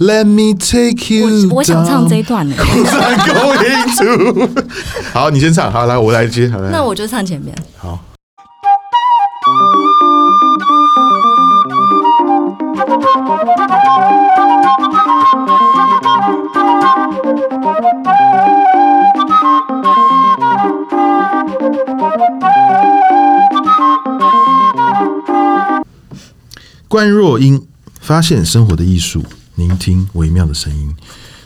Let me take you 我我想唱这一 down 段 呢、I'm going to 好，你先唱，好来，我来接，好来。那我就唱前面。好。关若英发现生活的艺术，聆听微妙的声音。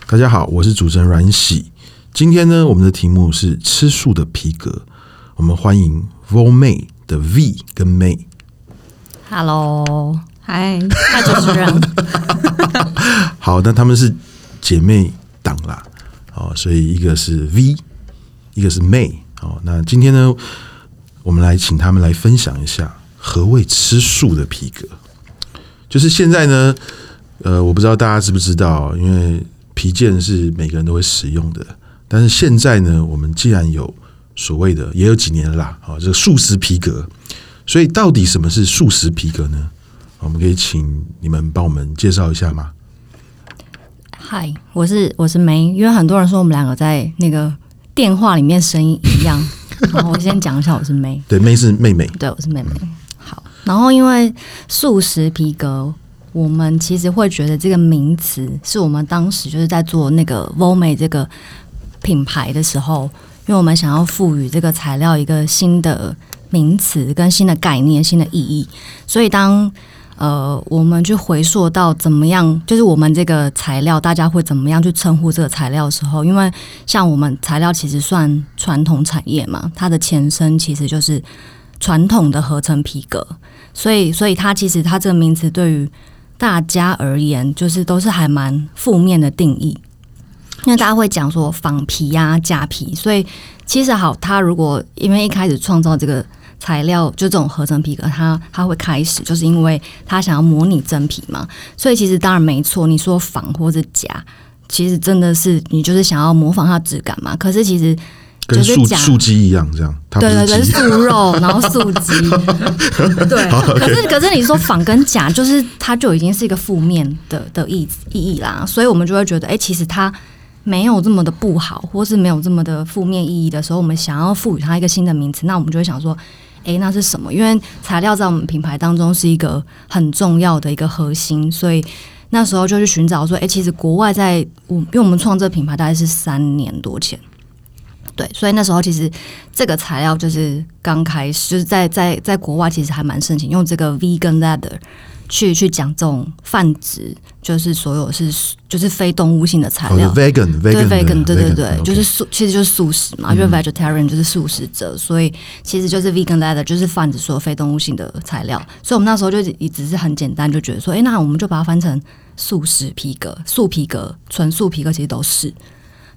大家好，我是主持人阮喜。今天呢，我们的题目是吃素的皮革。我们欢迎 Vol May 的 V 跟 May。 Hello，嗨，那主持人，好，那她们是姐妹档啦，哦，所以一个是 V，一个是 May。哦，那今天呢，我们来请她们来分享一下何谓吃素的皮革。就是现在呢，呃，我不知道大家知不知道，因为皮件是每个人都会使用的，但是现在呢，我们既然有所谓的，也有几年了啦，啊、哦，这个素食皮革，所以到底什么是素食皮革呢？哦我们可以请你们帮我们介绍一下吗？嗨，我是我是梅，因为很多人说我们两个在那个电话里面声音一样，然后我先讲一下我是梅，对，妹是妹妹，对，我是妹妹。好，然后因为素食皮革，我们其实会觉得这个名词是我们当时就是在做那个 Vome 这个品牌的时候，因为我们想要赋予这个材料一个新的名词、跟新的概念、新的意义，所以当呃，我们去回溯到怎么样，就是我们这个材料，大家会怎么样去称呼这个材料的时候，因为像我们材料其实算传统产业嘛，它的前身其实就是传统的合成皮革，所以所以它其实它这个名词对于大家而言，就是都是还蛮负面的定义，因为大家会讲说仿皮呀、假皮，所以其实好，它如果因为一开始创造这个材料，就这种合成皮革，它它会开始就是因为它想要模拟真皮嘛，所以其实当然没错，你说仿或者假。其实真的是你就是想要模仿它的质感嘛，可是其实跟就是素假素鸡一样，这样，它不对对对，是鸡，素 肉，然后素鸡，对。可是可是你说仿跟假，就是它就已经是一个负面的的意意义啦，所以我们就会觉得，哎、其实它没有这么的不好，或是没有这么的负面意义的时候，我们想要赋予它一个新的名词，那我们就会想说。哎，那是什么？因为材料在我们品牌当中是一个很重要的一个核心，所以那时候就去寻找说，哎、其实国外在我，因为我们创这个品牌大概是三年多前，对，所以那时候其实这个材料就是刚开始，就是在在在国外其实还蛮盛行，用这个 vegan leather 去去讲这种泛指，就是所有是就是非动物性的材好的料。哦，vegan 对 vegan 的 vegan，对对 vegan 对， ，OK 嗯就是素，其实就是素食嘛，因为 vegetarian 就是素食者，所以其实就是 vegan leather，就是泛指所有非动物性的材料。所以我们那时候就也只是很简单，就觉得说，哎，那我们就把它翻成素食皮革、素皮革、纯素皮革，其实都是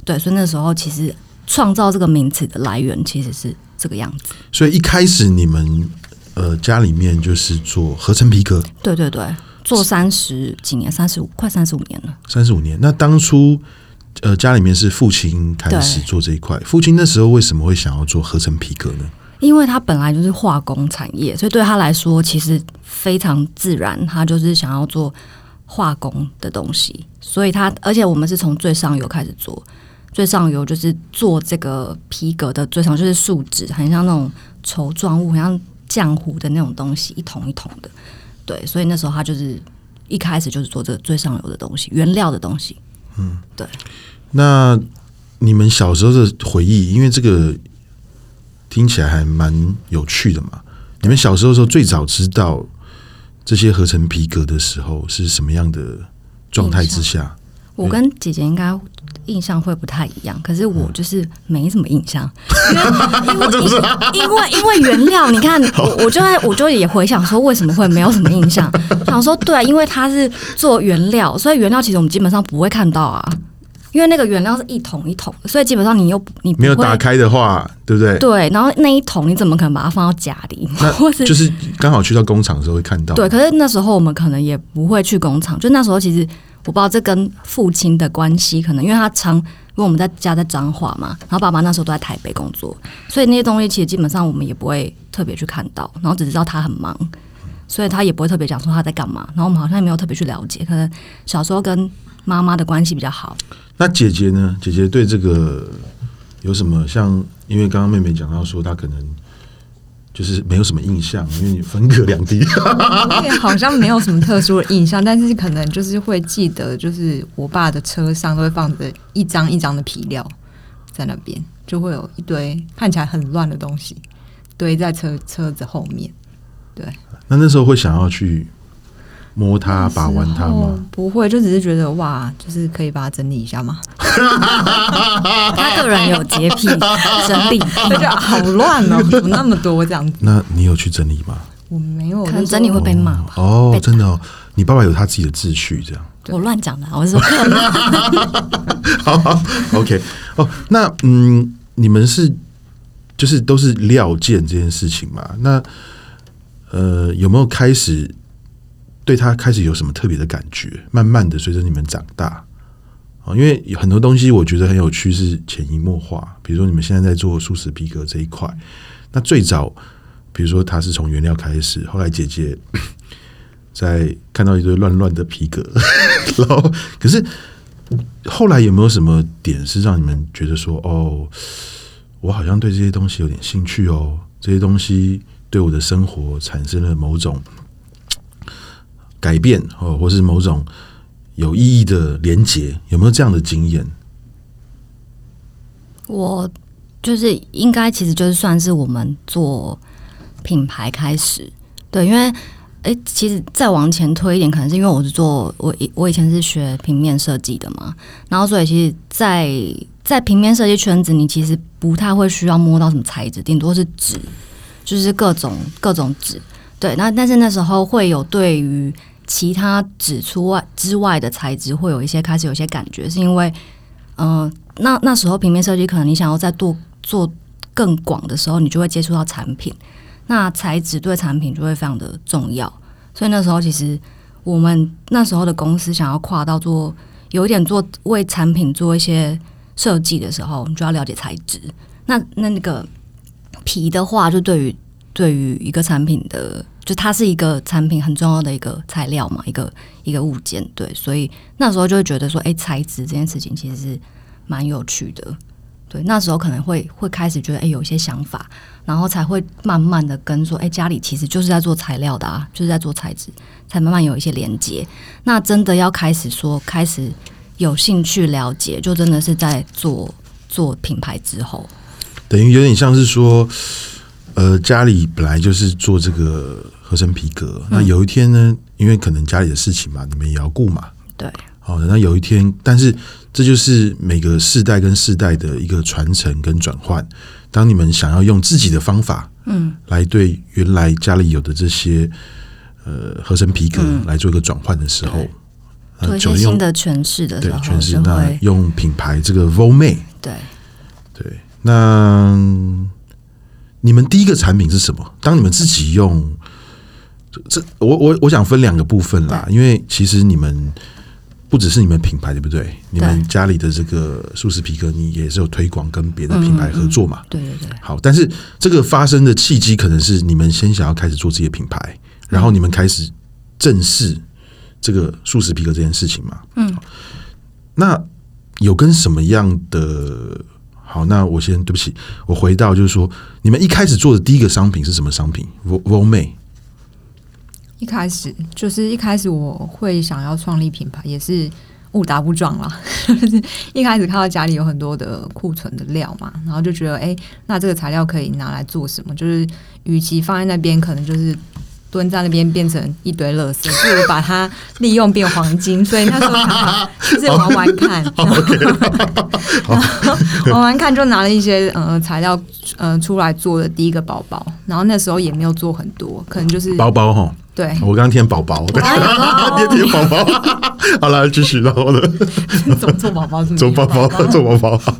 对。所以那时候其实创造这个名词的来源其实是这个样子。所以一开始你们呃家里面就是做合成皮革，对对对，做三十几年，三十五快三十五年了。三十五年。那当初呃家里面是父亲开始做这一块，父亲那时候为什么会想要做合成皮革呢？因为他本来就是化工产业，所以对他来说其实非常自然，他就是想要做化工的东西，所以他而且我们是从最上游开始做，最上游就是做这个皮革的最上游就是树脂，很像那种稠状物，很像浆糊的那种东西，一桶一桶的，对，所以那时候他就是一开始就是做这个最上游的东西，原料的东西，那你们小时候的回忆，因为这个听起来还蛮有趣的嘛。你们小时候的时候最早知道这些合成皮革的时候是什么样的状态之下？我跟姐姐应该印象会不太一样，可是我就是没什么印 象，因为因为因为原料，你 看我我就在我就也回想说为什么会没有什么印象， 想说对啊，因为它是做原料，所以原料其实我们基本上不会看到啊，因为那个原料是一桶一桶的，所以基本上你又不你不没有会打开的话，对不对？对，然后那一桶你怎么可能把它放到家里，或是就是刚好去到工厂的时候会看到。对，可是那时候我们可能也不会去工厂，就那时候其实我不知道这跟父亲的关系，可能因为他常因为我们在家在彰化嘛，然后爸爸那时候都在台北工作，所以那些东西其实基本上我们也不会特别去看到，然后只知道他很忙，所以他也不会特别讲说他在干嘛，然后我们好像也没有特别去了解，可能小时候跟妈妈的关系比较好。那姐姐呢？姐姐对这个有什么像？因为刚刚妹妹讲到说，她可能就是没有什么印象，因为你分隔两地。我也好像没有什么特殊的印象，但是可能就是会记得，就是我爸的车上都会放着一张一张的皮料在那边，就会有一堆看起来很乱的东西堆在车车子后面。对，那那时候会想要去摸它、把玩它哦吗？，不会，就只是觉得哇，就是可以把它整理一 下嘛，他个人有洁癖、整理癖，就觉得好乱哦，怎么那么多这样子？那你有去整理吗？我没有，可能整理会被骂吧。哦被，打真的哦，你爸爸有他自己的秩序，这样。我乱讲的啊，我是说个人 好好，OK，哦，那嗯，你们是就是都是料件这件事情嘛？那呃，有没有开始对他开始有什么特别的感觉？慢慢的，随着你们长大。哦，因为有很多东西我觉得很有趣，是潜移默化。比如说你们现在在做素食皮革这一块，那最早，比如说它是从原料开始，后来姐姐 在看到一堆乱乱的皮革， 然后可是后来有没有什么点是让你们觉得说，哦，我好像对这些东西有点兴趣哦，这些东西对我的生活产生了某种改变哦，或是某种有意义的连结，有没有这样的经验？我就是应该其实就是算是我们做品牌开始，对，因为诶，其实再往前推一点，可能是因为我是做我以我以前是学平面设计的嘛，然后所以其实在，在平面设计圈子，你其实不太会需要摸到什么材质，顶多是纸，就是各种各种纸，对，那但是那时候会有对于其他纸出外之外的材质会有一些开始有一些感觉，是因为嗯，那那时候平面设计可能你想要再多做更广的时候，你就会接触到产品，那材质对产品就会非常的重要。所以那时候其实我们那时候的公司想要跨到做有一点做为产品做一些设计的时候，你就要了解材质。那那那个皮的话，就对于对于一个产品的，就它是一个产品很重要的一个材料嘛，一个一个物件，对，所以那时候就会觉得说，哎、材质这件事情其实是蛮有趣的。对，那时候可能会会开始觉得，哎、有一些想法，然后才会慢慢的跟说，哎、家里其实就是在做材料的啊，就是在做材质，才慢慢有一些连接。那真的要开始说，开始有兴趣了解，就真的是在做做品牌之后，等于有点像是说，呃，家里本来就是做这个合成皮革，那有一天呢，因为可能家里的事情嘛，你们也要顾嘛，对，好、那有一天，但是这就是每个世代跟世代的一个传承跟转换。当你们想要用自己的方法，嗯，来对原来家里有的这些呃合成皮革来做一个转换的时候，呃嗯做一久些了新用的诠释的对时候，全是就那会用品牌这个 Vomay 对。对，那你们第一个产品是什么？当你们自己用，这这我我我想分两个部分啦，因为其实你们不只是你们品牌对不对？你们家里的这个素食皮革，你也是有推广跟别的品牌合作嘛？对对对，好，但是这个发生的契机可能是你们先想要开始做自己的品牌，然后你们开始正视这个素食皮革这件事情嘛。嗯，那有跟什么样的？好，那我先对不起，我回到就是说，你们一开始做的第一个商品是什么商品 v o m a 一开始就是一开始我会想要创立品牌，也是误打误撞啦。 就是一开始看到家里有很多的库存的料嘛，然后就觉得，哎、那这个材料可以拿来做什么？就是与其放在那边，可能就是蹲在那边变成一堆垃圾，不如把它利用变黄金。所以那时候想法就是玩玩看， 然后玩玩看就拿了一些呃材料呃出来做的第一个包包，然后那时候也没有做很多，可能嗯就是包包哈，对。哎我刚刚填宝宝，对，哦也填宝宝。好了，继续，然后呢，嗯做做宝宝是吗？做包包，做包包，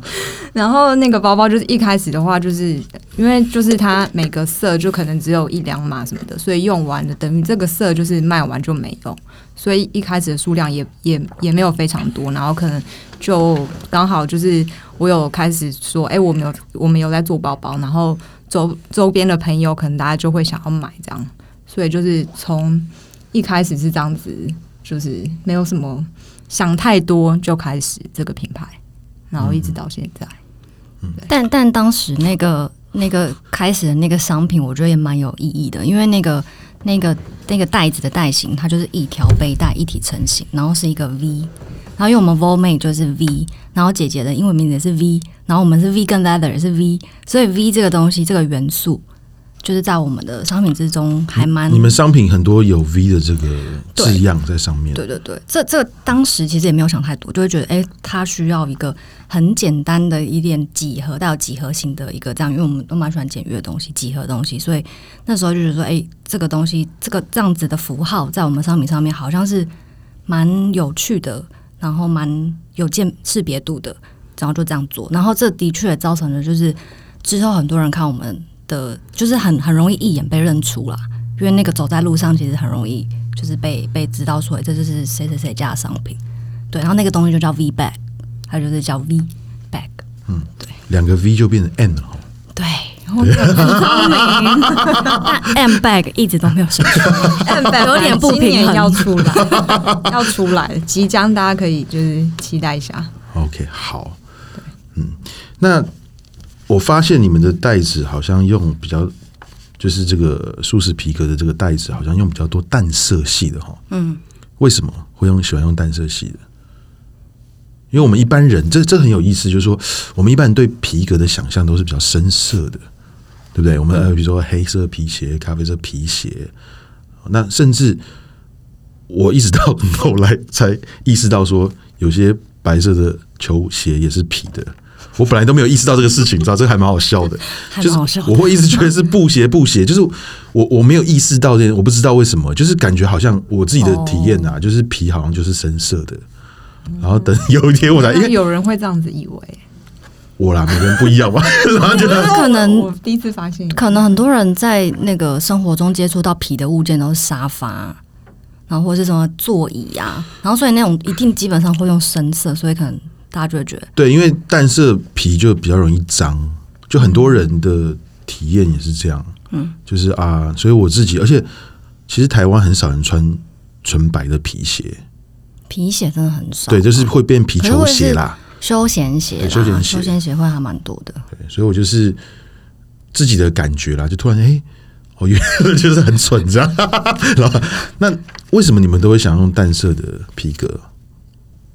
然后那个包包就是一开始的话，就是因为就是它每个色就可能只有一两码什么的，所以用完了等于这个色就是卖完就没有，所以一开始的数量也也也没有非常多，然后可能就刚好就是我有开始说，哎、我们有我们有在做包包，然后周周边的朋友可能大家就会想要买这样，所以就是从一开始是这样子，就是没有什么想太多就开始这个品牌，然后一直到现在。但但当时那个那个开始的那个商品，我觉得也蛮有意义的，因为那个那个那个袋子的袋型，它就是一条背带一体成型，然后是一个 V，然后因为我们 Volmate 就是 V，然后姐姐的英文名字也是 V，然后我们是 V 跟 Leather 也是 V，所以 V 这个东西这个元素。就是在我们的商品之中还蛮你们商品很多有 V 的这个字样在上面，对对对，这这当时其实也没有想太多，就会觉得哎，诶它需要一个很简单的一点几何带有几何型的一个这样，因为我们都蛮喜欢简约的东西、几何的东西，所以那时候就觉得说，哎，这个东西这个这样子的符号在我们商品上面好像是蛮有趣的，然后蛮有见识别度的，然后就这样做，然后这的确造成了就是之后很多人看我们的，就是很很容易一眼被认出啦。因为那个走在路上，其实很容易就是被被知道说诶这就是谁谁谁家的商品，对，然后那个东西就叫 V bag，它就是叫 V bag，两个 V 就变成 N 了哈。对。我没有很聪明， 但 M bag 一直都没有生出来， 有点不今平年衡。要出来，要出来，即将大家可以就是期待一下。 OK，好，嗯，那我发现你们的袋子好像用比较，就是这个舒适皮革的这个袋子，好像用比较多淡色系的哈。嗯，为什么会用喜欢用淡色系的？因为我们一般人，这这很有意思，就是说我们一般人对皮革的想象都是比较深色的，对不对？我们嗯呃，比如说黑色皮鞋、咖啡色皮鞋，那甚至我一直到后来才意识到说，有些白色的球鞋也是皮的。我本来都没有意识到这个事情，你知道，这个还蛮好笑 的，还就蛮好笑是的我会一直觉得是布鞋布鞋，就是我我没有意识到这件，我不知道为什么，就是感觉好像我自己的体验哦啊，就是皮好像就是深色的，然后等有一天我才，因因为为有人会这样子以为，我啦，每个人不一样嘛，然后就那可能我第一次发现，可能很多人在那个生活中接触到皮的物件都是沙发，然后或是什么座椅啊，然后所以那种一定基本上会用深色，所以可能大家就会觉得对，因为淡色皮就比较容易脏，就很多人的体验也是这样。嗯，就是啊，所以我自己，而且其实台湾很少人穿纯白的皮鞋，皮鞋真的很少，对，就是会变皮球鞋啦。休闲鞋啦，对休闲鞋休闲鞋会还蛮多的。对，所以我就是自己的感觉啦，就突然哎。诶我原来就是很蠢这样， 然后那为什么你们都会想用淡色的皮革？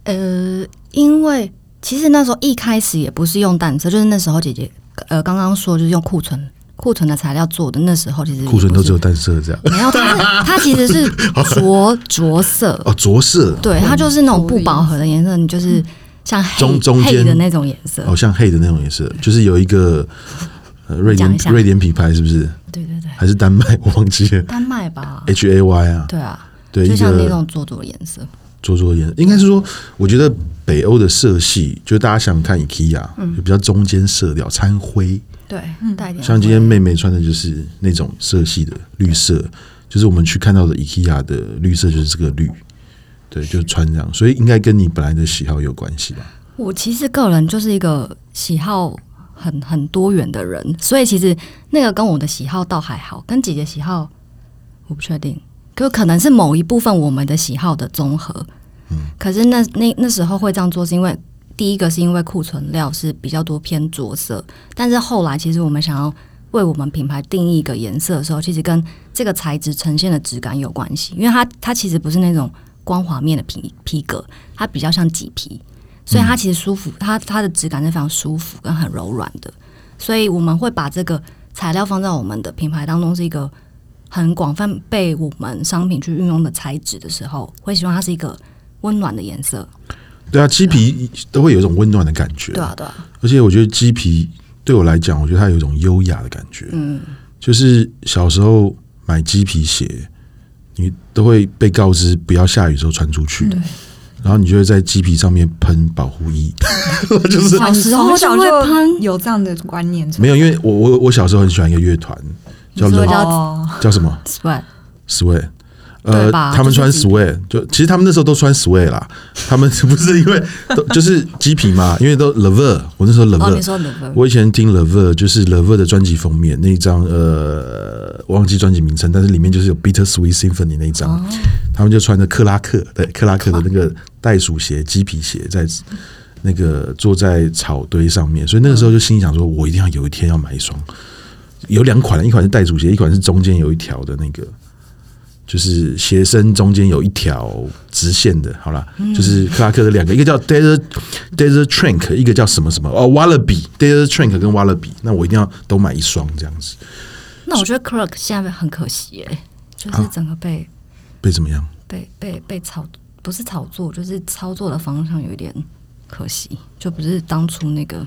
呃，因为其实那时候一开始也不是用淡色，就是那时候姐姐呃刚刚说就是用库存库存的材料做的，那时候其实也库存不都是只有淡色这样没有，它是它其实是 着着色，哦，着色对，它就是那种不饱和的颜色，你就是像黑中中间黑的那种颜色哦，。像黑的那种也是，就是有一个呃瑞讲典一下瑞典品牌是不是？对对对，还是丹麦，我忘记 了。丹麦吧， H A Y 啊，对啊，对，就一像那个种做作的颜色。灼灼的颜色，应该是说，我觉得北欧的色系，就大家想想看，IKEA 就比较中间色调，掺灰。嗯对，带一点像今天妹妹穿的就是那种色系的绿色，就是我们去看到的 IKEA 的绿色就是这个绿，对，就穿这样，所以应该跟你本来的喜好有关系吧？我其实个人就是一个喜好很很多元的人，所以其实那个跟我的喜好倒还好，跟姐姐喜好我不确定，就可能是某一部分我们的喜好的综合。嗯，可是那那那时候会这样做，是因为第一个是因为库存料是比较多偏着色，但是后来其实我们想要为我们品牌定义一个颜色的时候，其实跟这个材质呈现的质感有关系，因为它它其实不是那种光滑面的皮皮革，它比较像麂皮。所以它其实舒服，它它的质感是非常舒服跟很柔软的，所以我们会把这个材料放在我们的品牌当中是一个很广泛被我们商品去运用的材质的时候，会希望它是一个温暖的颜色。对啊，鸡皮都会有一种温暖的感觉，对啊，对啊，而且我觉得鸡皮对我来讲，我觉得它有一种优雅的感觉。嗯，就是小时候买鸡皮鞋，你都会被告知不要下雨的时候穿出去，然后你就会在鸡皮上面喷保护衣。 就是小时候从小就会就喷有这样的观念出来，没有，因为我我我小时候很喜欢一个乐团，叫你说 Love，叫哦，叫什么 sweat， Sweat 呃对，吧他们穿就是 Sway，就其实他们那时候都穿 Sway 啦，他们 不是因为都就是鸡皮嘛，因为都 Lover，我那时候哦， Lover，、你说 Lover，我以前听 Lover 就是 Lover 的专辑封面那一张，呃，忘记专辑名称，但是里面就是有 Bitter Sweet Symphony 那一张，他们就穿着克拉克，对，克拉克的那个袋鼠鞋、鸡皮鞋，在那个坐在草堆上面，所以那个时候就心里想说，我一定要有一天要买一双，有两款，一款是袋鼠鞋，一款是中间有一条的那个。就是鞋身中间有一条直线的，好啦，就是克拉克的两个，一个叫 Desert Desert Trank，一个叫什么什么哦，Wallaby Desert Trank 跟 Wallaby，那我一定要都买一双这样子，那我觉得 Clark 现在很可惜耶，就是整个被、被怎么样？被被被炒，不是炒作，就是操作的方向有一点可惜，就不是当初那个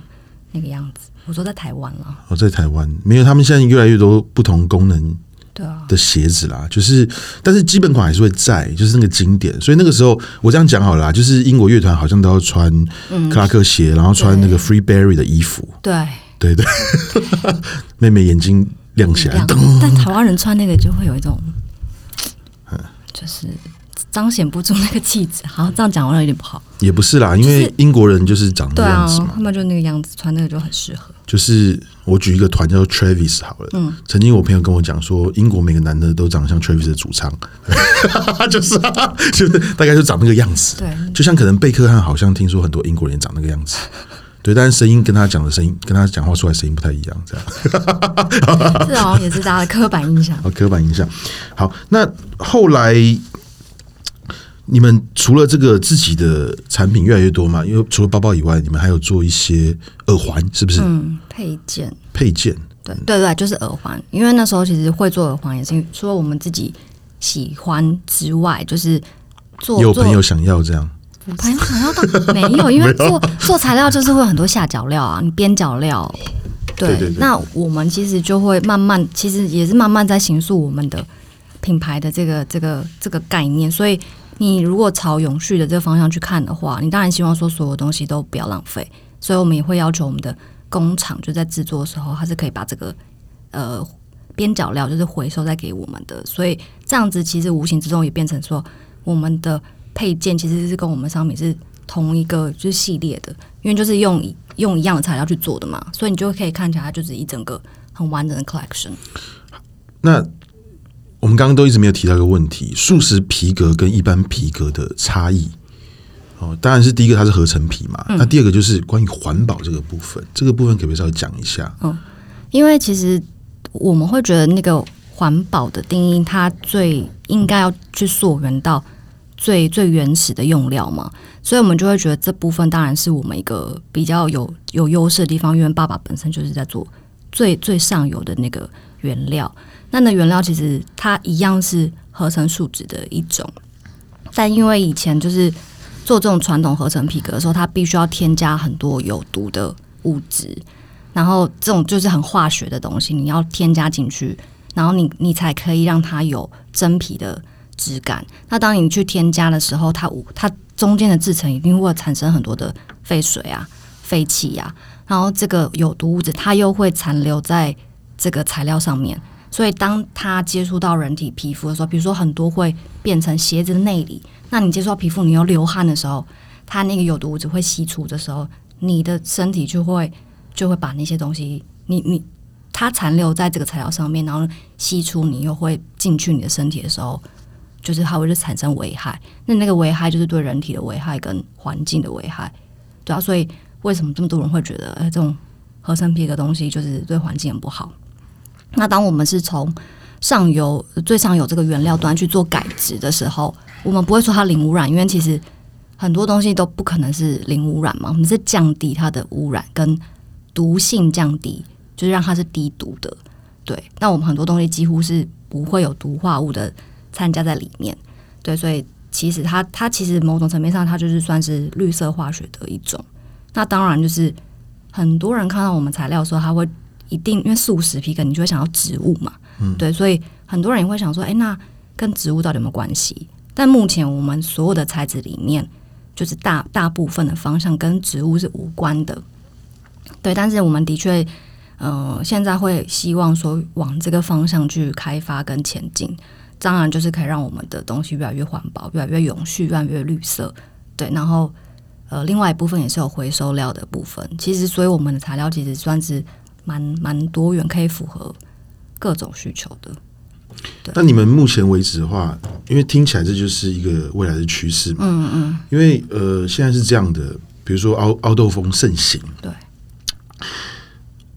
那个样子。我说在台湾啦，哦，在台湾没有，他们现在越来越多不同功能对啊，的鞋子啦，就是，但是基本款还是会在，就是那个经典。所以那个时候我这样讲好了啦，就是英国乐团好像都要穿克拉克鞋，然后穿那个 Free Berry 的衣服，对，对对，妹妹眼睛亮起这来样，。但台湾人穿那个就会有一种，就是彰显不出那个气质。好，这样讲完了有点不好。也不是啦，因为英国人就是长那对啊样子嘛，。他们就那个样子，穿那个就很适合。就是我举一个团叫做 Travis 好了，嗯，曾经我朋友跟我讲说，英国每个男的都长得像 Travis 的主唱， 就是、啊、就是大概就长那个样子，对，就像可能贝克汉好像听说很多英国人长那个样子。对，但是声音跟他讲的声音，跟他讲话出来声音不太一样，这样。这好像也是大家的刻板印象。好，刻板印象。好，那后来你们除了这个自己的产品越来越多嘛，因为除了包包以外，你们还有做一些耳环，是不是？嗯，配件。配件。对对对，就是耳环。因为那时候其实会做耳环，也是除了我们自己喜欢之外，就是做有做朋友想要这样，朋友想要到 没有，因为做做材料就是会有很多下脚料啊，你边角料。对对对对那我们其实就会慢慢，其实也是慢慢在形塑我们的品牌的这个这个这个概念。所以你如果朝永续的这个方向去看的话，你当然希望说所有东西都不要浪费。所以我们也会要求我们的工厂就在制作的时候，它是可以把这个呃边角料就是回收再给我们的。所以这样子其实无形之中也变成说，我们的配件其实是跟我们商品是同一个就是系列的，因为就是用一用一样的材料去做的嘛，所以你就可以看起来它就是一整个很完整的 collection。那我们刚刚都一直没有提到一个问题：素食皮革跟一般皮革的差异。哦，当然是第一个它是合成皮嘛，那第二个就是关于环保这个部分，这个部分可不可以稍微讲一下？因为其实我们会觉得那个环保的定义，它最应该要去溯源到最最原始的用料嘛，所以我们就会觉得这部分当然是我们一个比较有有优势的地方，因为爸爸本身就是在做最最上游的那个原料。那那原料其实它一样是合成树脂的一种，但因为以前就是做这种传统合成皮革的时候，它必须要添加很多有毒的物质，然后这种就是很化学的东西，你要添加进去，然后你你才可以让它有真皮的质感。那当你去添加的时候，它无它中间的制成一定会产生很多的废水啊、废气啊，然后这个有毒物质它又会残留在这个材料上面。所以，当它接触到人体皮肤的时候，比如说很多会变成鞋子的内里，那你接触到皮肤，你又流汗的时候，它那个有毒物质会析出的时候，你的身体就会就会把那些东西，你你它残留在这个材料上面，然后吸出，你又会进去你的身体的时候，就是它会就产生危害。那那个危害就是对人体的危害跟环境的危害，对啊。所以为什么这么多人会觉得，哎、这种合成皮的东西就是对环境很不好？那当我们是从上游最上游这个原料端去做改植的时候，我们不会说它零污染，因为其实很多东西都不可能是零污染嘛，我们是降低它的污染跟毒性降低，就是让它是低毒的。对，那我们很多东西几乎是不会有毒化物的参加在里面。对，所以其实它它其实某种层面上，它就是算是绿色化学的一种。那当然就是很多人看到我们材料的时候，他会一定因为素食皮革，你就会想要植物嘛，对，所以很多人也会想说，哎、那跟植物到底有没有关系？但目前我们所有的材质里面，就是大大部分的方向跟植物是无关的，对。但是我们的确，呃，现在会希望说往这个方向去开发跟前进，当然就是可以让我们的东西越来越环保、越来越永续、越来越绿色。对，然后呃，另外一部分也是有回收料的部分。其实，所以我们的材料其实算是蛮蛮多元，可以符合各种需求的。那你们目前为止的话，因为听起来这就是一个未来的趋势嘛。嗯嗯。因为呃，现在是这样的，比如说凹凹豆风盛行，对。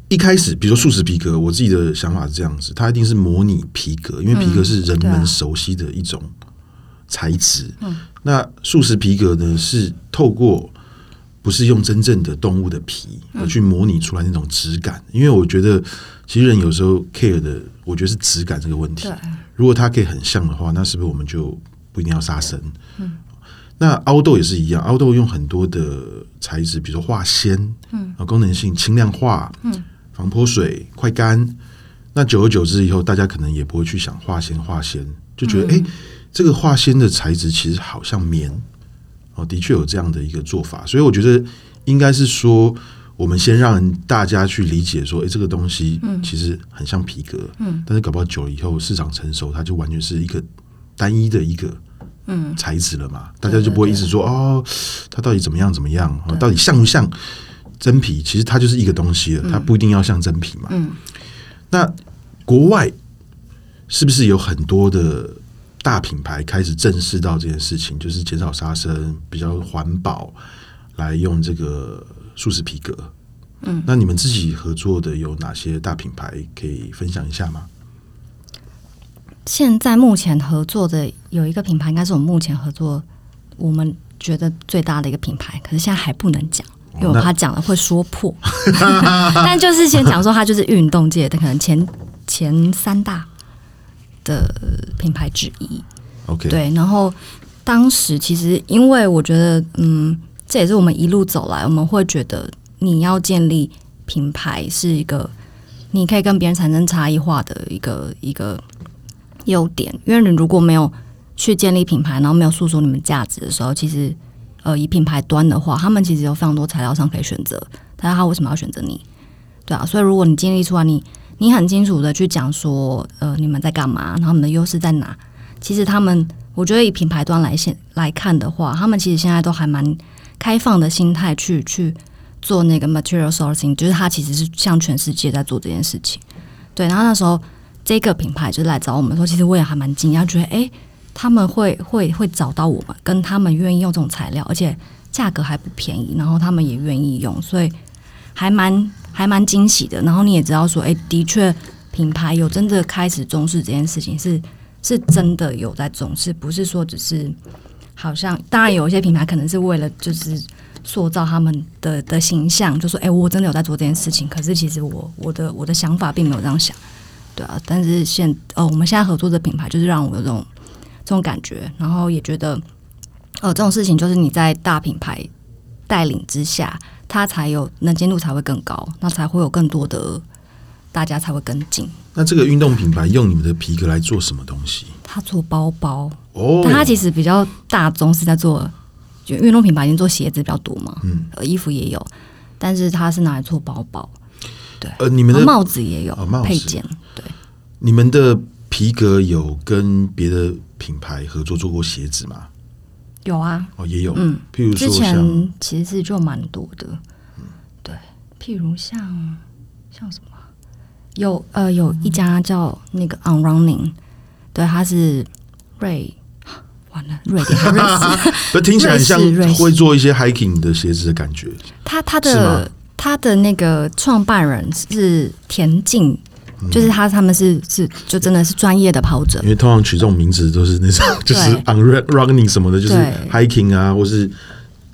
一开始，比如说素食皮革，我自己的想法是这样子，它一定是模拟皮革，因为皮革是人对啊嗯们熟悉的一种材质。那素食皮革呢，是透过不是用真正的动物的皮而去模拟出来那种质感，因为我觉得其实人有时候 care 的，我觉得是质感这个问题对。如果它可以很像的话，那是不是我们就不一定要杀生？嗯那凹豆也是一样，凹豆用很多的材质，比如说化纤，嗯，功能性轻量化，嗯，防泼水、快干。那久而久之以后，大家可能也不会去想化纤，化纤就觉得，哎、这个化纤的材质其实好像棉，哦，的确有这样的一个做法。所以我觉得应该是说，我们先让大家去理解说，哎、这个东西其实很像皮革，嗯，但是搞不好久了以后，市场成熟，它就完全是一个单一的一个嗯材质了嘛，大家就不会一直说哦，它到底怎么样怎么样，哦到底像不像真皮？其实它就是一个东西了，它不一定要像真皮嘛。那国外是不是有很多的大品牌开始正视到这件事情，就是减少杀生，比较环保，来用这个素食皮革？嗯，那你们自己合作的有哪些大品牌可以分享一下吗？现在目前合作的有一个品牌，应该是我们目前合作我们觉得最大的一个品牌，可是现在还不能讲，因为我那怕讲了会说破。 但就是先讲说，它就是运动界的可能前前三大的品牌之一。 OK，对，然后当时其实因为我觉得，嗯，这也是我们一路走来，我们会觉得你要建立品牌是一个你可以跟别人产生差异化的一个一个优点，因为你如果没有去建立品牌，然后没有诉说你们价值的时候，其实呃，以品牌端的话，他们其实有非常多材料上可以选择，但是他为什么要选择你？对啊，所以如果你建立出来，你你很清楚的去讲说，呃，你们在干嘛，然后你们的优势在哪，其实他们，我觉得以品牌端来现来看的话，他们其实现在都还蛮开放的心态去去做那个 material sourcing，就是它其实是向全世界在做这件事情。对，然后那时候这个品牌就来找我们说，其实我也还蛮惊讶，觉得诶，他们会会会找到我们，跟他们愿意用这种材料，而且价格还不便宜，然后他们也愿意用，所以还蛮还蛮惊喜的。然后你也知道说，诶，的确品牌有真的开始重视这件事情是。是真的有在重视，不是说只是好像，当然有一些品牌可能是为了就是塑造他们的的形象，就说哎、诶我真的有在做这件事情。可是其实我我的我的想法并没有这样想，对啊。但是现呃，我们现在合作的品牌就是让我有这种这种感觉，然后也觉得呃，这种事情就是你在大品牌带领之下，它才有能见度才会更高，那才会有更多的大家才会跟进。那这个运动品牌用你们的皮革来做什么东西？它做包包，哦，但它其实比较大宗是在做，就运动品牌已经做鞋子比较多嘛，嗯，衣服也有，但是它是拿来做包包，呃，你们然后的帽子也有、哦帽子配件，对，你们的皮革有跟别的品牌合作做过鞋子吗？有啊，哦，也有，嗯，譬如之说像前其实就蛮多的，对，譬如像像什么啊，有呃有一家叫那个 On Running，对，它是瑞， 完了瑞典还是瑞士。不听起来很像瑞士瑞士会做一些 hiking 的鞋子的感觉。他他是吗的他的那个创办人是田径，嗯就是他他们是是就真的是专业的跑者因，为通常取这种名字都是 那种就是对 on run- running 什么的，就是对 hiking 啊，或是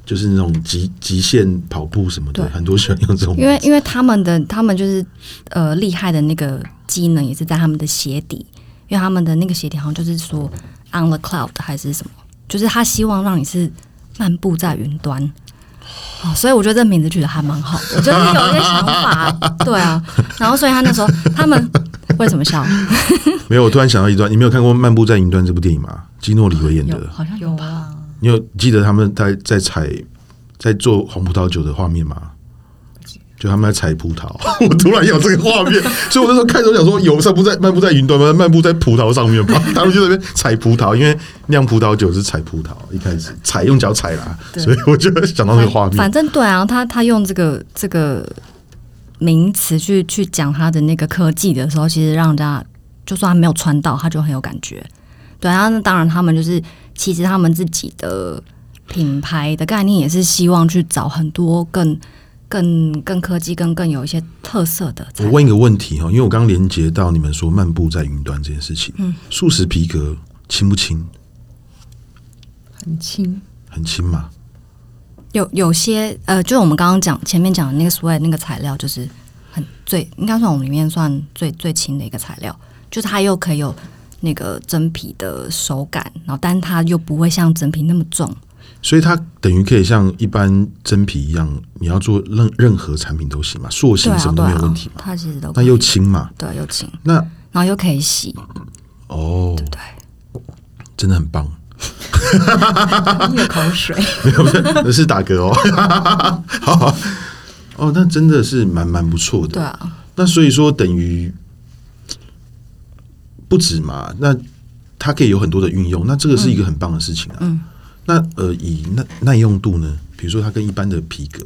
就是那种极极限跑步什么的，对很多喜欢用这种。因为因为他们的他们就是呃厉害的那个机能也是在他们的鞋底，因为他们的那个鞋底好像就是说 on the cloud 还是什么，就是他希望让你是漫步在云端。哦，所以我觉得这名字取得还蛮好的，就是有一些想 法，对啊。然后所以他那时候他们为什么笑？没有，我突然想到一段，你没有看过《漫步在云端》这部电影吗？基诺里维演有的，好像有有吧？啊，你有记得他们在在采在做红葡萄酒的画面吗？就他们在采葡萄， 我突然有这个画面，所以我那时候看的时候想说，有散步在漫步在云端吗？漫步在葡萄上面吧。 他们就在那边采葡萄，因为酿葡萄酒是采葡萄，一开始踩用脚踩啦，所以我就想到那个画面。反正对啊，他他用这个这个名词去去讲他的那个科技的时候，其实让人家就算他没有穿到，他就很有感觉。对啊，那当然他们就是其实他们自己的品牌的概念也是希望去找很多更更更科技、更更有一些特色的产我品。问一个问题哈，因为我刚连接到你们说漫步在云端这件事情，嗯，素食皮革轻不轻？很轻，很轻嘛，有有些呃，就是我们刚刚讲前面讲的那个 sweat 那个材料，就是很最应该算我们里面算最最轻的一个材料，就是它又可以有那个真皮的手感，然后但它又不会像真皮那么重。所以它等于可以像一般真皮一样，你要做任任何产品都行嘛，塑对形什啊，么对都没有问啊题，嘛，它其实都可那以又轻嘛，对又轻，那然后又可以洗，哦，对，真的很棒，一个口水。 没有，不是那是打嗝哦， 好好哦，那真的是蛮蛮不错的对，啊，那所以说等于不止嘛，那它可以有很多的运用，那这个是一个很棒的事情啊。嗯，那呃，以耐耐用度呢，比如说它跟一般的皮革，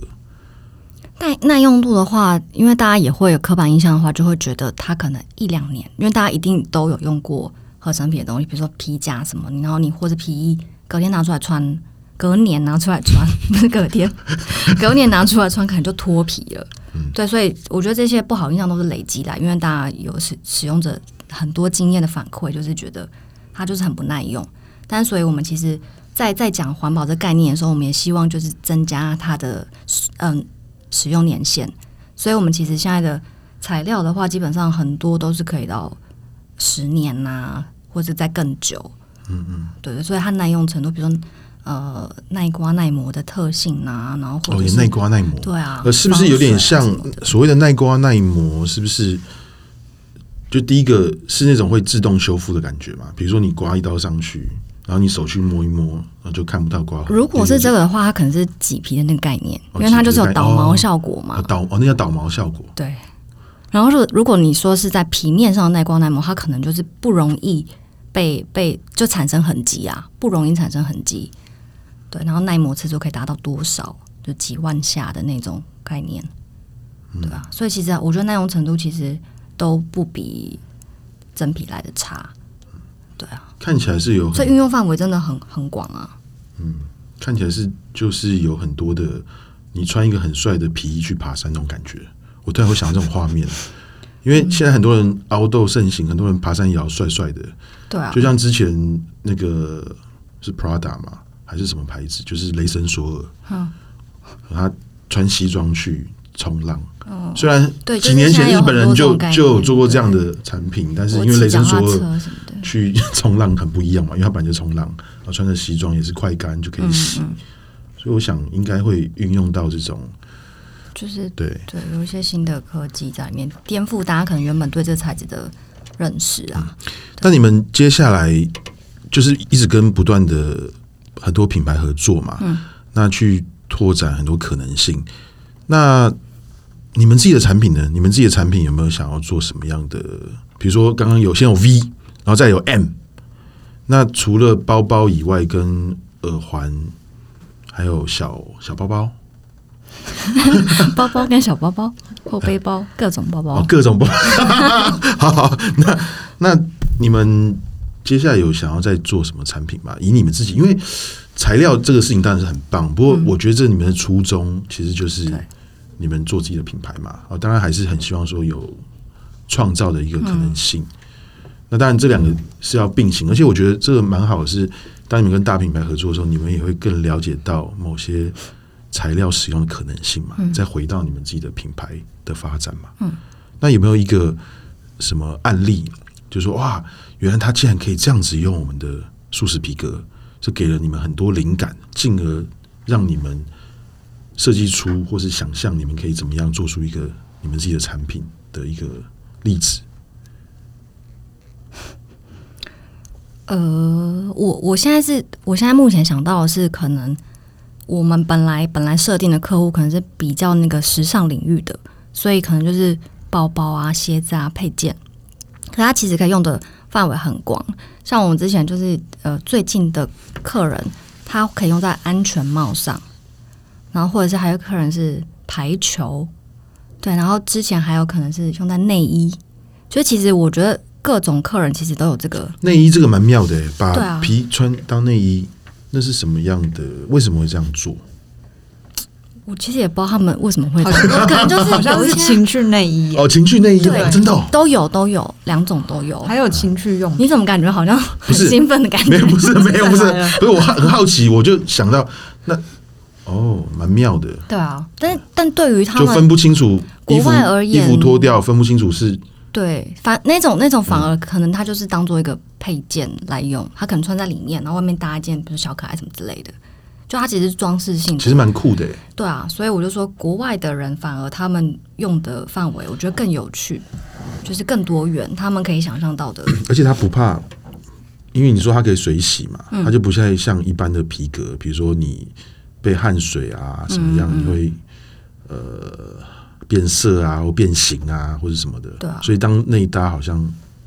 耐耐用度的话，因为大家也会有刻板印象的话，就会觉得它可能一两年，因为大家一定都有用过合成品的东西，比如说皮夹什么，然后你或者皮衣，隔天拿出来穿，隔年拿出来穿， 不是隔天，隔年拿出来穿，可能就脱皮了。对，所以我觉得这些不好印象都是累积的，因为大家有使使用者很多经验的反馈，就是觉得它就是很不耐用。但所以我们其实在在讲环保这概念的时候，我们也希望就是增加它的嗯使用年限。所以我们其实现在的材料的话，基本上很多都是可以到十年呐、或者再更久。嗯嗯，对对，所以它耐用程度，比如说呃耐刮耐磨的特性呐、然后或哦，者也是、耐刮耐磨，对啊，呃，是不是防有点水啊像什么的所谓的耐刮耐磨？是不是？就第一个是那种会自动修复的感觉嘛，比如说你刮一刀上去，然后你手去摸一摸，然后就看不到刮痕。如果是这个个的话，它可能是麂皮的那个概念，哦因为它就是麂皮有的概导毛哦效果嘛。导哦，那叫导毛效果。对。然后是如果你说是在皮面上的耐光耐磨，它可能就是不容易被被就产生痕迹啊，不容易产生痕迹。对，然后耐磨次数可以达到多少？就几万下的那种概念，嗯对吧？所以其实啊我觉得耐用程度其实都不比真皮来的差，嗯看起来是有所以很，运用范围真的很很广啊。看起来是就是有很多的，你穿一个很帅的皮衣去爬山那种感觉，我突然会想到这种画面，因为现在很多人凹豆盛行，很多人爬山也要帅帅的，对啊就，像之前那个是 Prada 嘛，还是什么牌子？就是雷神索尔，他穿西装去冲浪。虽然哦对就是几年前现在日有本人很多就这种概念就有做过这样的产品，但是我因为骑雷脚神踏索车尔什么的，去冲浪很不一样嘛，因为他本来就冲浪，然后穿着西装也是快干就可以洗，嗯所以我想应该会运用到这种就是对。对，有一些新的科技在里面颠覆大家可能原本对这个材质的认识啊。那你们接下来就是一直跟不断的很多品牌合作嘛，那去拓展很多可能性。那你们自己的产品呢？你们自己的产品有没有想要做什么样的？比如说，刚刚有先有 V，然后再有 M。那除了包包以外，跟耳环，还有小小包包， 包包跟小包包、后背包、各种包包哦，，各种不， 好好，那那你们接下来有想要再做什么产品吗？以你们自己，因为材料这个事情当然是很棒，不过我觉得这你们的初衷其实就是对你们做自己的品牌嘛，哦，当然还是很希望说有创造的一个可能性。那当然，这两个是要并行，而且我觉得这个蛮好的是，当你们跟大品牌合作的时候，你们也会更了解到某些材料使用的可能性嘛，再回到你们自己的品牌的发展嘛。嗯，那有没有一个什么案例，就说哇，原来它竟然可以这样子用我们的素食皮革，这给了你们很多灵感，进而让你们设计出或是想象你们可以怎么样做出一个你们自己的产品的一个例子。呃，我我现在是，我现在目前想到的是，可能我们本来本来设定的客户可能是比较那个时尚领域的，所以可能就是包包啊、鞋子啊、配件，可它其实可以用的范围很广。像我们之前就是呃最近的客人，他可以用在安全帽上，然后或者是还有客人是排球，对，然后之前还有可能是用在内衣，就其实我觉得各种客人其实都有这个内衣这个蛮妙的耶，对把啊皮穿当内衣，那是什么样的？为什么会这样做？我其实也不知道他们为什么会这样，好像可能就是好像有一是些情趣内衣耶，哦，情趣内衣，对真的 哦都有都有，两种都有。还有情趣用品。你怎么感觉好像很是兴奋的感没觉有，？不是，没有，不是来啊了，不是，我很很好奇，我就想到那哦，蛮妙的，对啊，但是但对于他就们分不清楚国衣服外而衣言服脱掉，分不清楚是对反那种那种反而可能他就是当做一个配件来用，他可能穿在里面，然后外面搭一件比如小可爱什么之类的，就它其实是装饰性的其实蛮酷的欸耶。对啊，所以我就说，国外的人反而他们用的范围，我觉得更有趣，就是更多元，他们可以想象到的。而且它不怕，因为你说它可以水洗嘛，嗯它就不像像一般的皮革，比如说你被汗水啊什么嗯样，你会呃变色啊或变形啊或者什么的。对啊所以当内搭好像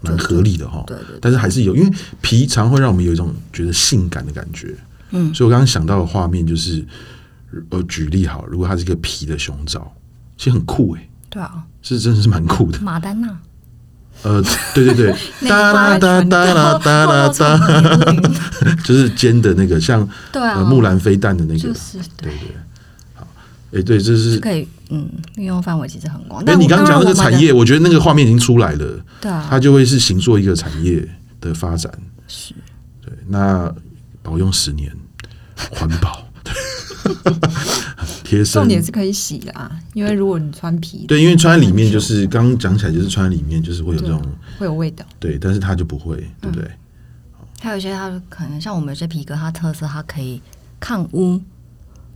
蛮合理的哈。对对但是还是有，因为皮常会让我们有一种觉得性感的感觉。嗯所以我刚刚想到的画面就是，呃，举例好，如果它是一个皮的胸罩，其实很酷欸诶、对啊，是真的是蛮酷的。马丹娜，呃，对对 对，哒啦哒哒啦哒啦哒，就是尖的那个，像对呃啊，木兰飞弹的那个就，是对对。好，哎，对，这。就是可以，嗯，运用范围其实很广。哎，但你我刚刚讲那个当然产我们业，我觉得那个画面已经出来了，的，对啊，它就会是行做一个产业的发展。是对，那保用十年，环保， 贴身重。点是可以洗啦，因为如果你穿皮，对，因为穿在里面就是刚刚讲起来，就是穿在里面就是会有这种会有味道。对，但是它就不会，对不对？还有一些它可能像我们有些皮革，它特色它可以抗污，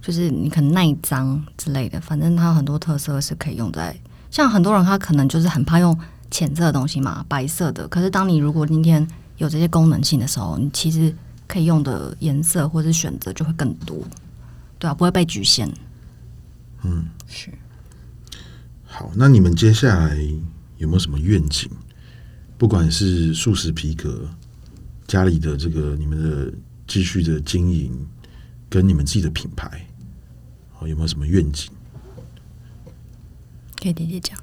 就是你可能耐脏之类的，反正它有很多特色是可以用在。像很多人他可能就是很怕用浅色的东西嘛，白色的。可是当你如果今天有这些功能性的时候，你其实可以用的颜色或是选择就会更多，对啊，不会被局限。嗯，是。好，那你们接下来有没有什么愿景？不管是素食皮革，家里的这个你们的继续的经营，跟你们自己的品牌，哦，有没有什么愿景？可以姐姐讲，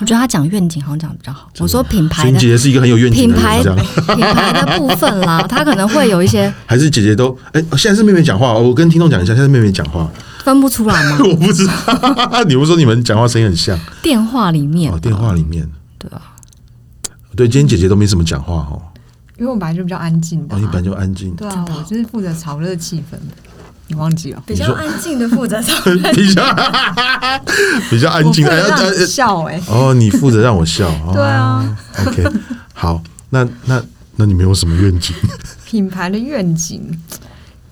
我觉得他讲愿景好像讲得比较好。我说品牌君的姐姐是一个很有愿景的品人，牌这样 品牌的部分啦，他可能会有一些还是姐姐都哎、现在是妹妹讲话，我跟听众讲一下，现在是妹妹讲话， 分不出来嘛。我不知道， 你不是说你们讲话声音很像电话里面吧、哦，电话里面，对啊，对，今天姐姐都没什么讲话哦，因为我本来就比较安静的、哦，你啊本来就安静，对啊，我就是负责炒热气氛的，你忘记了？比较安静的负 责 比较比较安静，我哎负责哎让哎你笑哎、哦，你负责让我 笑。哦、对啊。 OK，好，那那那你们有什么愿景？ 品牌的愿景，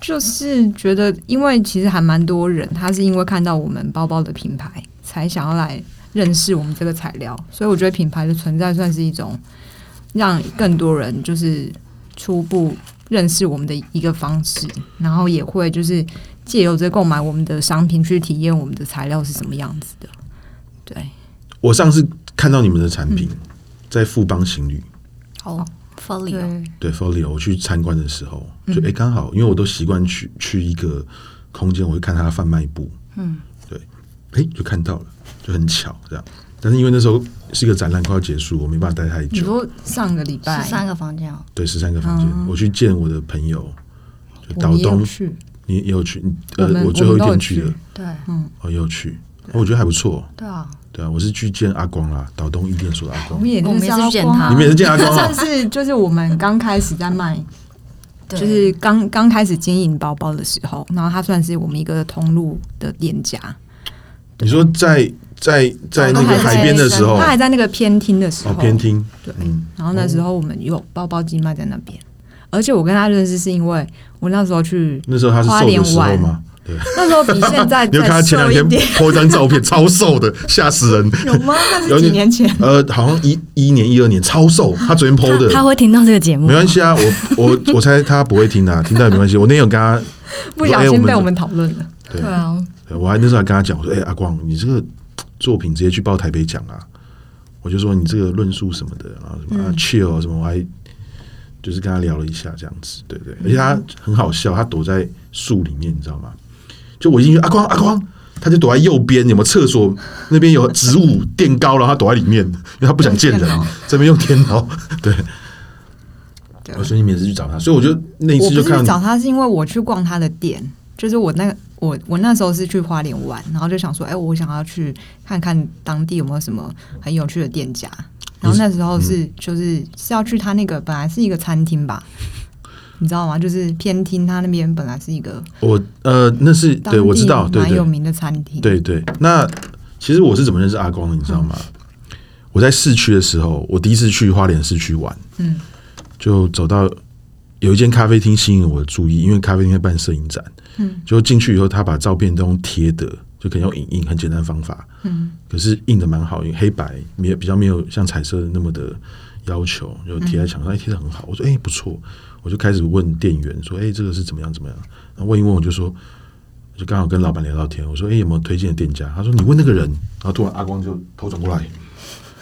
就是觉得，因为其实还蛮多人，他是因为看到我们包包的品牌，才想要来认识我们这个材料，所以我觉得品牌的存在算是一种让更多人就是初步认识我们的一个方式，然后也会就是借由着购买我们的商品去体验我们的材料是什么样子的。对，我上次看到你们的产品、嗯在富邦行旅，哦 f o l i o 对对，Folio，我去参观的时候，嗯就哎刚、好，因为我都习惯去去一个空间，我会看它的贩卖部，嗯，对，哎、就看到了，就很巧这样。但是因为那时候是一个展览快要结束，我没办法待太你久。说上个礼拜十三个房间哦，对，十三个房间，嗯我去见我的朋友，就我岛们也有东，去，你也有去，我呃，们最后一我们都有天去的去，对啊嗯，哦，也有去，哦我觉得还不错，对啊，对啊，我是去见阿光啦，岛东一店所的阿我光们。也我们是也是去见要逛他你们也是见阿这光啊算？是就是我们刚开始在卖，对就是刚刚开始经营包包的时候，然后它算是我们一个通路的店家，你说在在在那哦都还个在海边的时候，它还在那个偏厅的时候，哦，偏厅，对嗯，然后那时候我们有包包机卖在那边，而且我跟他认识是因为我那时候去，那时候他是花瘦莲的时候玩吗？对，那时候比现在 你有看他再前瘦两天一点， po 一张照 片，超瘦的，吓死人。有吗？那有是几点年前，呃，好像一一年、一二年，超瘦。他昨天 po 他他的，会听到这个节目没，关系啊，我我我猜他不会听的啊，听到也没关系。我那天有跟他，不小哎我心们被我们讨论了。对 对啊，对我还那时候还跟他讲，我说：“哎、阿光，你这个作品直接去报台北奖啊！”我就说：“你这个论述什么的，然后什嗯么、啊 chill 什么，我还就是跟他聊了一下这样子，对对。而且他很好笑，他躲在树里面，你知道吗？就我一进去，阿光阿光，他就躲在右边，有没有厕所那边有植 物垫高，然后他躲在里面，因为他不想见人用电脑，这边用电脑。对，对我说你每次去找他，所以我就那一我次不就是看去到找你，他，是因为我去逛他的店，就是我那我我那时候是去花莲玩，然后就想说，哎、我想要去看看当地有没有什么很有趣的店家。然后那时候嗯是、就是是要去他那个本来是一个餐厅吧，你知道吗？就是偏厅，他那边本来是一个我呃，那是当对地我知道，对蛮对有名的餐厅。对对，那其实我是怎么认识阿光的，你知道吗？嗯我在市区的时候，我第一次去花莲市区玩，嗯，就走到有一间咖啡厅吸引了我的注意，因为咖啡厅在办摄影展，嗯，就进去以后，他把照片都用贴的，就可能用影印，很简单的方法，嗯，可是印的蛮好，因为黑白没有比较没有像彩色那么的要求，就贴在墙嗯上，哎、贴的很好，我说哎、不错，我就开始问店员说，哎、这个是怎么样怎么样，然后问一问我就说。就刚好跟老板聊到天，我说：“哎、有没有推荐的店家？”他说：“你问那个人。”然后突然阿光就头转过来，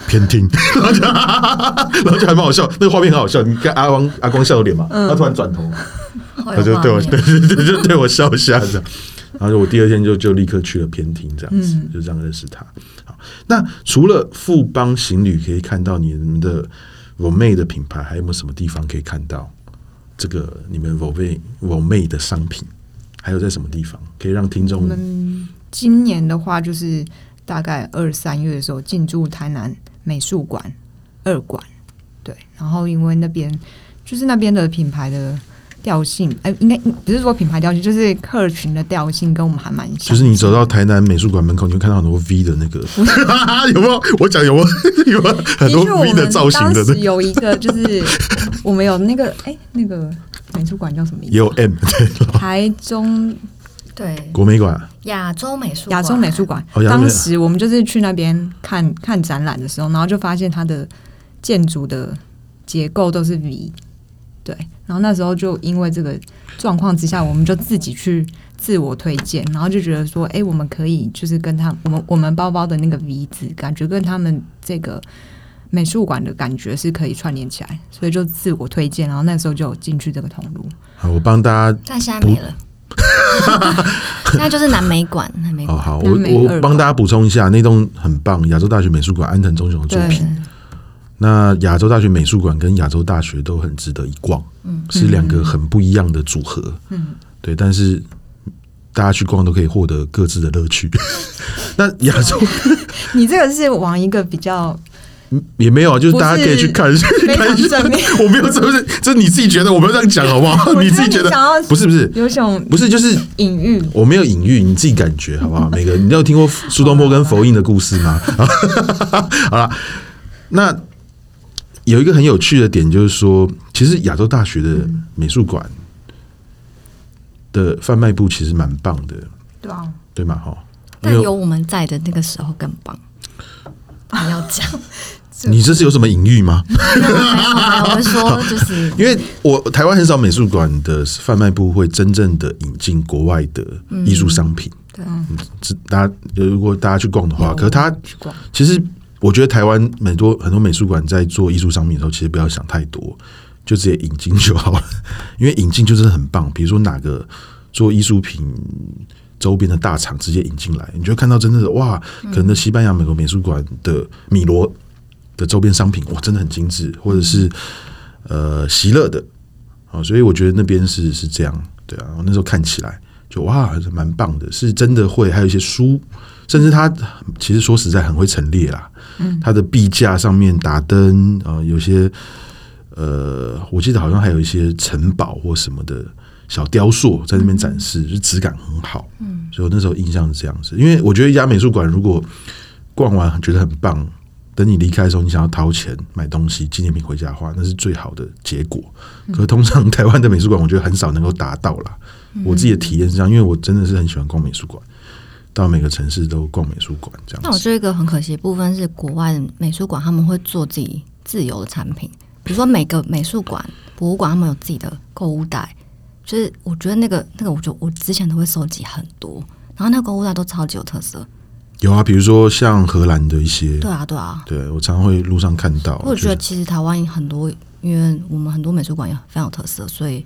偏听， 然后就然后就还蛮好笑，那个画面很好笑。你看阿光阿光笑的脸嘛，他突然转头，好他有就画对哎我面对 对对，就对我笑一下这 样。然后就我第二天就就立刻去了偏厅，这样嗯子、就这样认识他。好，那除了富邦行旅可以看到你们的 v o m a 的品牌，还有没有什么地方可以看到这个你们 v o m a v o m a 的商品？还有在什么地方可以让听我众们今年的话，就是大概二三月的时候进驻台南美术馆二馆，对。然后因为那边就是那边的品牌的调性，哎、应该不是说品牌调性，就是客群的调性跟我们还蛮就像。是你走到台南美术馆门口，你会看到很多 V 的那 个，有没有？我讲有 没有？有没有很的多确，我 V 的们造型当的？时有一个，就是我们有那个，哎、那个美术馆叫什么名也字？有 M 对台中对国美馆，亚洲美术亚洲馆美术馆。哦亚洲美当时我们就是去那边看看展览的时候，然后就发现它的建筑的结构都是 V，对。然后那时候就因为这个状况之下，我们就自己去自我推荐，然后就觉得说，哎、我们可以就是跟他我们我们包包的那个 V 字，感觉跟他们这个。美术馆的感觉是可以串联起来，所以就自我推荐，然后那时候就有进去这个通路。好，我帮大家但现在没了。 现在就是南美馆，南美哦，馆。好，南我美我二帮馆大家补充一下，那栋很棒，亚洲大学美术馆安藤忠雄的作对品。，那亚洲大学美术馆跟亚洲大学都很值得一逛，嗯，是两个很不一样的组合，嗯，对，但是大家去逛都可以获得各自的乐趣。 那亚 洲你这个是往一个比较也没有啊，就是大家不可是以去看，非 看常一下正面，我没有，这不是这你自己觉得，我没有这样讲好不好？我你觉自得己觉你想得要不是不是有一种不是，就是隐喻，我没有隐喻，你自己感觉好不好？每个你都有听过苏东坡跟佛印的故事吗？ 好了，那有一个很有趣的点就是说，其实亚洲大学的美术馆的贩卖部其实蛮棒的，对啊，对吗？哈，但因为有我们在的那个时候更 棒。你要 讲，你这是有什么隐喻吗？没有没有，我是 说就是因为我台湾很少美术馆的贩卖部会真正的引进国外的艺术商品，嗯对啊这大家如果大家去逛的话，有可是它去逛，其实我觉得台湾很多很多美术馆在做艺术商品的时候，其实不要想太多，就直接引进就好了。因为引进就是很棒，比如说哪个做艺术品周边的大厂直接引进来，你就会看到真的是哇，可能西班牙、美国美术馆的米罗的周边商品哇，真的很精致，或者是呃席勒的，好，所以我觉得那边是是这样，对啊，我那时候看起来就哇，还是蛮棒的，是真的会，还有一些书，甚至他其实说实在很会陈列啦，嗯，他的壁架上面打灯啊、呃有些呃，我记得好像还有一些城堡或什么的小雕塑在那边展示，就质感很好，嗯，所以我那时候印象是这样子，因为我觉得一家美术馆如果逛完觉得很棒。等你离开的时候，你想要掏钱买东西、纪念品回家的话，那是最好的结果。可是通常台湾的美术馆，我觉得很少能够达到啦。我自己的体验是这样，因为我真的是很喜欢逛美术馆，到每个城市都逛美术馆这那样我子。觉得一个很可惜的部分是，国外的美术馆他们会做自己自由的产品，比如说每个美术馆、博物馆他们有自己的购物袋，就是我觉得那个那个，我就我之前都会收集很多，然后那个欧拉都超级有特色。有啊，比如说像荷兰的一些，对啊，对啊。对我常常会路上看到，我觉就得哦是其实台湾很多，因为我们很多美术馆也非常有特色，所以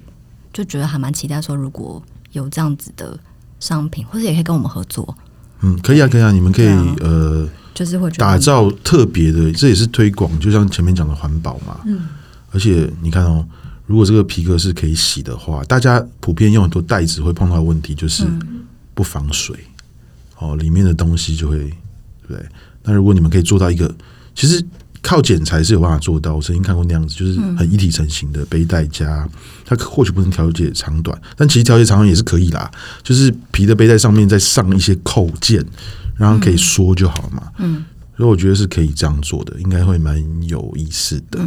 就觉得还蛮期待说，如果有这样子的商品，或者也可以跟我们合作，嗯，可以啊，可以啊，你们可以、对啊呃就是会觉得打造特别的，这也是推广，就像前面讲的环保嘛。嗯，而且你看哦，如果这个皮革是可以洗的话，大家普遍用很多袋子会碰到的问题就是不防水，哦，里面的东西就会对不对？那如果你们可以做到一个，其实靠剪裁是有办法做到，我曾经看过那样子，就是很一体成型的背带加，它或许不能调节长短，但其实调节长短也是可以啦，就是皮的背带上面再上一些扣件，然后可以缩就好嘛。嗯，所以我觉得是可以这样做的，应该会蛮有意思的。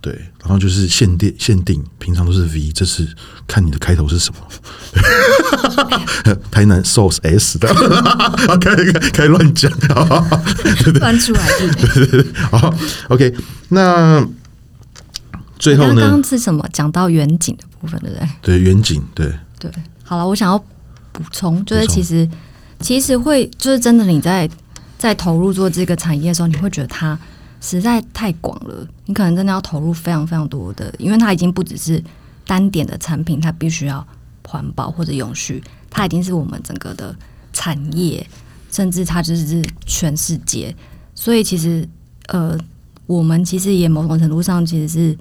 对，然后就是限定限定，平常都是 V，这次看你的开头是什么。 台南 Source S 的， 开开开乱讲， 好好好 翻出来 的。好，OK，那最后刚呢？刚是什么讲到远景的部分，对不对？对，远景，对，对，好了，我想要补充，就是补充其实其实会就是真的，你在在投入做这个产业的时候，你会觉得它实在太广了，呃你可能真的要投入非常非常多的，因为它已经不只是单点的产品，它必须要环保或者永续，它已经是我们整个的产业，甚至它就是全世界。所以其实呃，我们其实也某种程度上其实是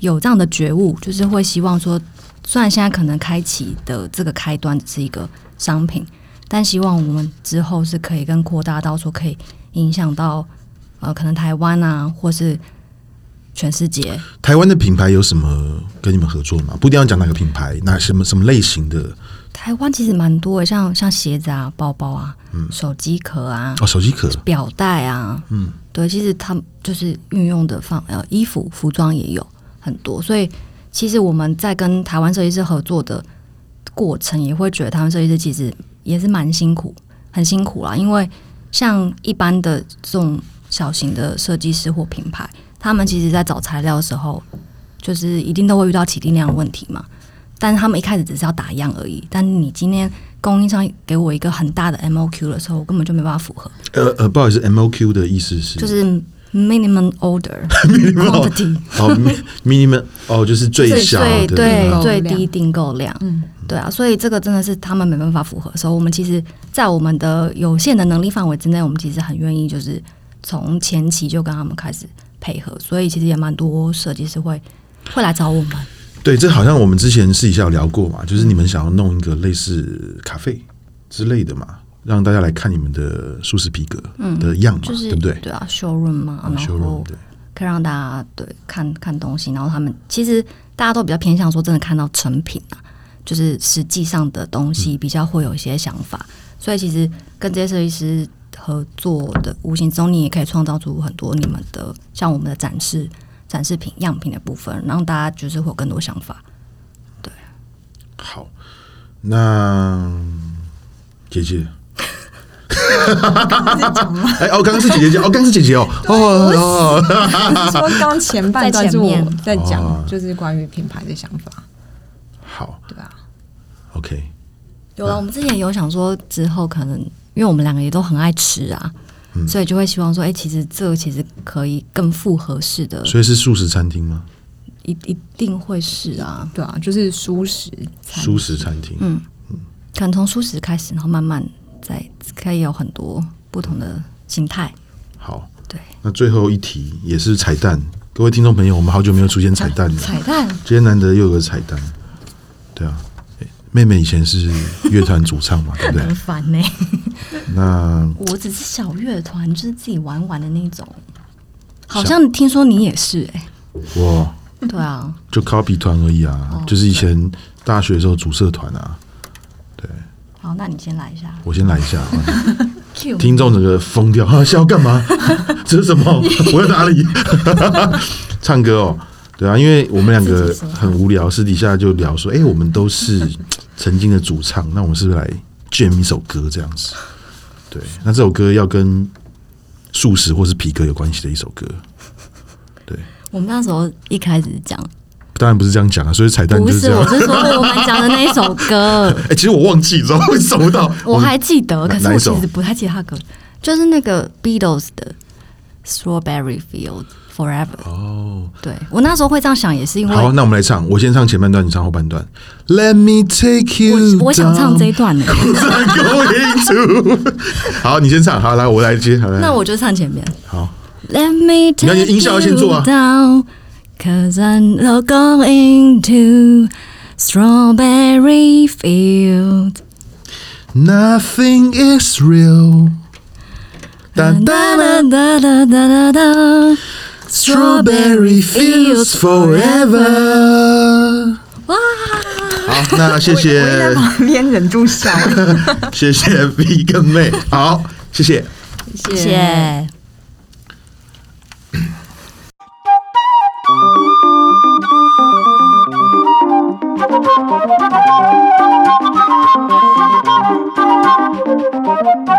有这样的觉悟，就是会希望说虽然现在可能开启的这个开端只是一个商品，但希望我们之后是可以更扩大到说可以影响到呃，可能台湾啊，或是全世界。台湾的品牌有什么跟你们合作吗？不一定要讲哪个品牌，哪什么什么类型的台湾其实蛮多的，像像鞋子啊、包包啊、手机壳啊、哦，手机壳，表带啊，嗯，对，其实他们就是运用的方呃衣服、服装也有很多，所以其实我们在跟台湾设计师合作的过程，也会觉得台湾设计师其实也是蛮辛苦，很辛苦啦。因为像一般的这种小型的设计师或品牌，他们其实在找材料的时候，就是一定都会遇到起定量的问题嘛。但是他们一开始只是要打样而已，但你今天供应商给我一个很大的 MOQ 的时候，我根本就没办法符合。呃呃，不好意思，MOQ 的意思是就是 minimum order quantity，哦，mi-，minimum 哦，就是最小最的对哦最订购量低订购量，嗯，对啊，所以这个真的是他们没办法符合的时候，我们其实，在我们的有限的能力范围之内，我们其实很愿意就是从前期就跟他们开始配合，所以其实也蛮多设计师会会来找我啊们，对，这好像我们之前私底下有聊过嘛，就是你们想要弄一个类似咖啡之类的嘛，让大家来看你们的舒适皮革的样嘛，嗯就是对不对？啊，showroom 嘛，然修容后对，可以让大家对看看东西，然后他们其实大家都比较偏向说真的看到成品啊，就是实际上的东西比较会有一些想法，所以其实跟这些设计师合作的无形中，你也可以创造出很多你们的像我们的展示展示品样品的部分，让大家就是会有更多想法。好，那姐姐。哎哦，刚刚是姐姐讲，哦，刚刚是姐姐哦，哦哦哦，说刚前半段在是前我面 在哦讲，就是关于品牌的想法，好对吧？ ，OK，有了，我们之前有想说之后可能，因为我们两个也都很爱吃啊，所以就会希望说，哎、其实这个其实可以更复合式的，所以是素食餐厅吗？一一定会是啊。对啊，就是舒适餐素食餐厅，可能从素食开始，然后慢慢再可以有很多不同的形态。好，对，那最后一题也是彩蛋，各位听众朋友，我们好久没有出现彩蛋了，彩蛋，今天难得又有个彩蛋，对啊，诶妹妹以前是乐团主唱嘛，对不对很？烦呢、那我只是小乐团，就是自己玩玩的那种。好像听说你也是哎、我对啊，就 copy 团而已啊，就是以前大学的时候主社团啊，好，那你先来一下。我先来一下，啊 Q 听众整个疯掉， 啊、笑干嘛？这是什 么？我在哪里？ 唱歌哦，对啊，因为我们两个很无聊，私底下就聊说，哎、我们都是曾经的主唱，那我们是不是来 jam 一首歌这样子？对，那这首歌要跟素食或是皮革有关系的一首歌，对，我们那时候一开始讲当然不是这样讲啊，所以彩蛋不就是是，这样我。是说我们讲的那一首歌， 哎、其实我忘记，你知道为什么到我还记得，哪可是哪我一首其实不太记得他的歌，就是那个 Beatles 的 Strawberry Field Forever。哦，对我那时候会这样想，也是因为好，那啊我们来唱，我先唱前半段，你唱后半段。Let me take you，我我想唱这一 down, 段呢、 going to 好，你先唱，好，来我来接，好来。那我就唱前面。嗯好， Let me 你要 take 音效要先做 you 啊 down, cause I'm not going to strawberry field. Nothing is real。哒哒哒哒哒哒哒哒。 ，Strawberry feels forever。哇！好，那谢我也在谢旁边忍住 笑，谢谢 V 跟妹，好，谢谢。谢谢谢。 Thank you.